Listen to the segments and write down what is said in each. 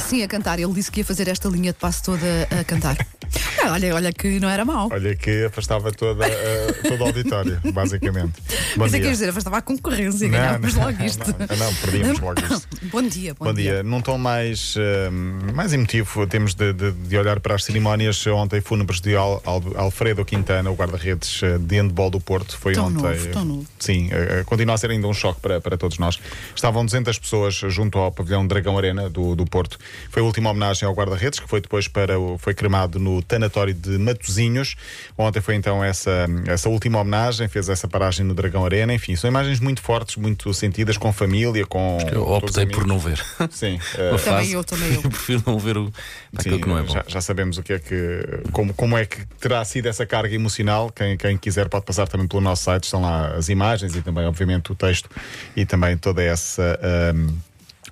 Sim, a cantar. Ele disse que ia fazer esta linha de passo toda a cantar. Ah, olha, olha que não era mau. Olha que afastava toda, eh, todo o auditório, basicamente. Bom Mas é que dia. quer dizer, afastava a concorrência e Não, ganhávamos não, logo não, isto. não, não, perdíamos logo isto. Bom dia, bom, Bom dia. Num tom mais, eh, mais emotivo, temos de, de- de olhar para as cerimónias eh, ontem fúnebres de Al- Al- Alfredo Quintana, o guarda-redes eh, de handball do Porto. Foi Tão ontem. novo, tão novo. Sim, eh, eh, continua a ser ainda um choque para, para todos nós. Estavam 200 pessoas junto ao pavilhão Dragão Arena do, do Porto. Foi a última homenagem ao guarda-redes, que foi depois para o- foi cremado no tanatório de Matozinhos. Ontem foi então essa, essa última homenagem, fez essa paragem no Dragão Arena. Enfim, são imagens muito fortes, muito sentidas, com família, com. Eu todos optei amigos. por não ver. Sim. eh, Uma Também fase. eu, também eu. prefiro não ver o, aquilo Sim, que não é bom. Já, já sabemos o que é que como, como é que terá sido essa carga emocional. Quem, quem quiser pode passar também pelo nosso site, estão lá as imagens e também, obviamente, o texto e também toda essa. ahm,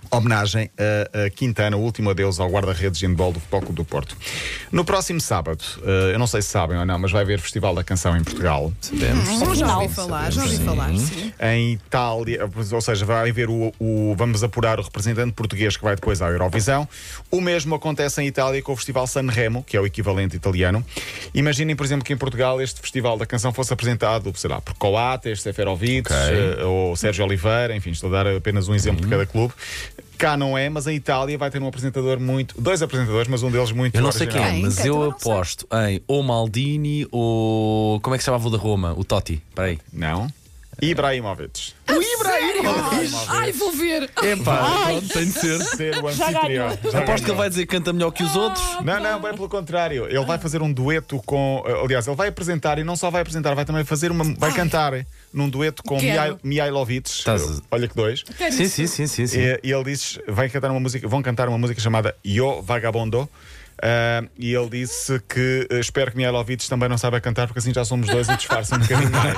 Homenagem a, a Quintana, o último adeus ao guarda-redes de handball do Futebol Clube do Porto. No próximo sábado, eh, eu não sei se sabem ou não, mas vai haver Festival da Canção em Portugal Sabemos. Já ouvi falar, já ouvi falar, sim. em Itália, ou seja, vai haver o, o- vamos apurar o representante português que vai depois à Eurovisão. O mesmo acontece em Itália com o Festival Sanremo, que é o equivalente italiano. Imaginem, por exemplo, que em Portugal este Festival da Canção fosse apresentado, sei lá, por Coates, Seferovic, Ok. Uhum. eh, ou Sérgio Oliveira, enfim, estou a dar apenas um exemplo de cada clube. Cá não é, mas em Itália vai ter um apresentador muito. dois apresentadores, mas um deles muito. Eu não sei quem original. é, Quem? mas Quem? eu Também não sei. aposto em ou Maldini ou. Como é que se chamava o da Roma? O Totti. Espera aí. Não? É. Ibrahimovic. O Ibrahim! Ai, vou ver! É. Epá, pronto, tem de ser. Ser o anfitrião. Já Aposto que ganhou. ele vai dizer que canta melhor que Ah, os outros. Não, não, bem pelo contrário. Ele vai fazer um dueto com. Aliás, ele vai apresentar e não só vai apresentar, vai também fazer uma. Vai cantar num dueto com Quero. Mihail- Mihailovic. Estás a- Olha que dois. Sim, sim, sim, sim. sim. E, e ele diz: vai cantar uma música, vão cantar uma música chamada Yo Vagabondo. Ah, e ele disse que eh, espero que Mihailovic também não saiba cantar, porque assim já somos dois e disfarça um bocadinho mais.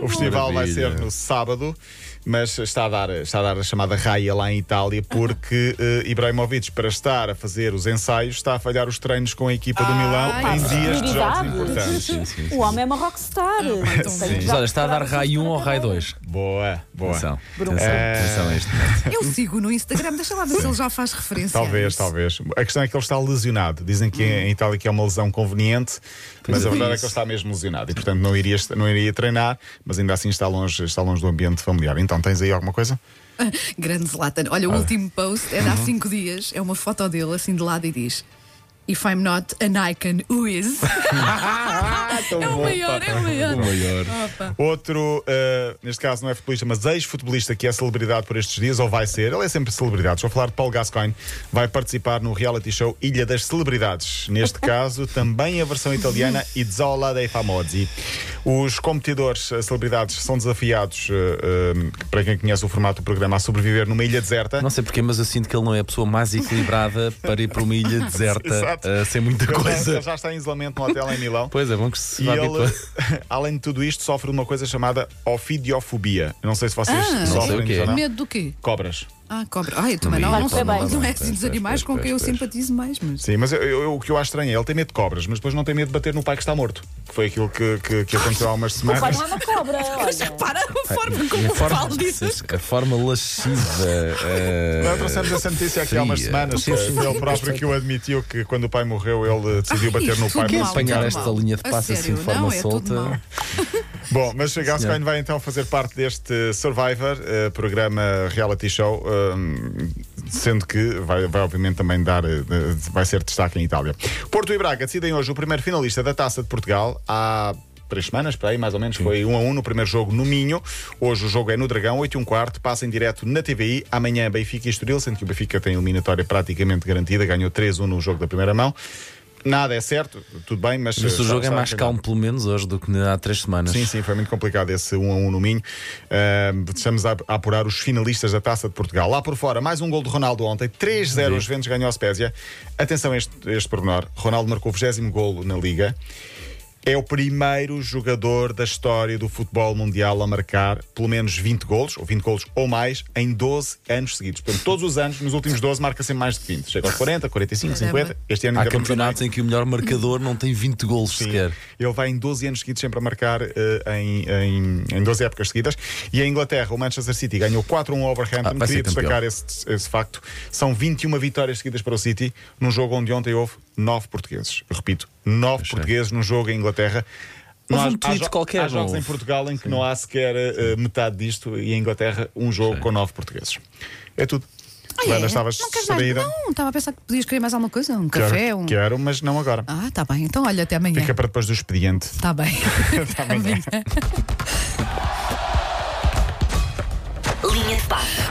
um O festival vai Maravilha. ser no sábado, mas está a dar, está a, dar a chamada raia lá em Itália, porque eh, Ibrahimovic, para estar a fazer os ensaios, está a falhar os treinos com a equipa do Milão pá, em dias de jogos prioridades. importantes. Sim, sim, sim. O homem é uma rockstar. Tem que Mas já olha, está a dar raio 1 ou raio 2. Boa, boa. Atenção, atenção, É. atenção a este. momento. Eu sigo no Instagram, deixa lá ver se ele já faz referência. Talvez, talvez. A questão é que ele está lesionado. Dizem que em Itália que é uma lesão conveniente, mas é, a verdade é que isso. ele está mesmo lesionado e, portanto, não iria, não iria treinar, mas ainda assim está longe, está longe do ambiente familiar. Então, tens aí alguma coisa? Grande Zlatan. Olha, o Ah. último post é de há Uhum. 5 dias, é uma foto dele assim de lado e diz: If I'm not an icon, who is? Então É o maior, é o maior. Opa. Outro, eh, neste caso não é futebolista, mas ex-futebolista que é celebridade por estes dias, ou vai ser, ele é sempre celebridade. Estou a falar de Paulo Gascoigne, vai participar no reality show Ilha das Celebridades. Neste caso, também a versão italiana Izzola dei Famosi. Os competidores, eh, celebridades, são desafiados, eh, eh, para quem conhece o formato do programa, a sobreviver numa ilha deserta. Não sei porquê, mas eu sinto que ele não é a pessoa mais equilibrada para ir para uma ilha deserta Exato. eh, sem muita Ele coisa. já- já está em isolamento no hotel em Milão. Pois é, bom que se E vá ele, habituar. além de tudo isto, sofre de uma coisa chamada ofidiofobia. Eu não sei se vocês Ah. Não sei sofrem o que é. disso ou não. Medo do quê? Cobras. Ah, cobra. Ai, eu também não. me não sei pode, bem. Não é vai, assim dos pois, animais pois, com quem eu pois, pois. simpatizo mais, mas. Sim, mas eu- eu- o que eu acho estranho é ele tem medo de cobras, mas depois não tem medo de bater no pai que está morto. Que foi aquilo que, que, que aconteceu há umas O pai semanas. não é uma cobra. Mas olha. repara a forma E como a forma- falo disso. A forma lasciva. eh, Nós trouxemos essa notícia aqui é há umas fria. semanas. Sim, sim, Ele sim. próprio que o admitiu que quando o pai morreu ele eh, decidiu bater Isto no pai. tudo mas- mal, apanhar tudo esta mal. linha de é A passo assim sério, de forma não, é tudo solta. mal. Bom, mas Gascoigne senhora. vai então fazer parte deste Survivor, eh, programa reality show, hum, sendo que vai, vai obviamente também dar, eh, eh, vai ser destaque em Itália. Porto e Braga decidem hoje o primeiro finalista da Taça de Portugal há três semanas, para aí mais ou menos, foi 1 a 1 no primeiro jogo no Minho. Hoje o jogo é no Dragão, 8 e um quarto, passa em direto na TVI. Amanhã Benfica e Estoril, sendo que o Benfica tem eliminatória praticamente garantida, ganhou 3 a 1 no jogo da primeira mão. Nada é certo, tudo bem, mas... Mas eh, o jogo é está- mais está- calmo, pelo menos, hoje do que há três semanas. Sim, sim, foi muito complicado esse 1 a 1 no Minho. Ahm, estamos a, a apurar os finalistas da Taça de Portugal. Lá por fora, mais um gol de Ronaldo ontem. 3-0 os Juventus ganhou a Spezia. Atenção a este, este pormenor. Ronaldo marcou o 20 golo na Liga. é o primeiro jogador da história do futebol mundial a marcar pelo menos 20 golos, ou 20 golos ou mais, em 12 anos seguidos. Portanto, todos os anos, nos últimos 12, marca sempre mais de 20. Chega aos 40, 45, Caramba. 50. Este ano Há ainda vamos campeonatos em que o melhor marcador não tem 20 golos Sim. sequer. Ele vai em 12 anos seguidos sempre a marcar eh, em, em, em 12 épocas seguidas. E a Inglaterra, o Manchester City, ganhou 4-1 ao Overhampton. Ah, vai Queria ser campeão. destacar esse, esse facto. São 21 vitórias seguidas para o City, num jogo onde ontem houve 9 portugueses. Eu repito, 9 sei. portugueses num jogo em Inglaterra. Houve Não um tweet jo- qualquer, há jogos não em houve? Portugal em que não há sequer eh, metade disto e em Inglaterra um jogo com 9 portugueses. É tudo. Ah, é? Joana, estavas não queres mais? distraída? Não, estava a pensar que podias querer mais alguma coisa, um Quero- café, um. quero, mas não agora. Ah, tá bem. Então, olha, até amanhã. Fica para depois do expediente. Tá bem. Até amanhã. Linha de passe.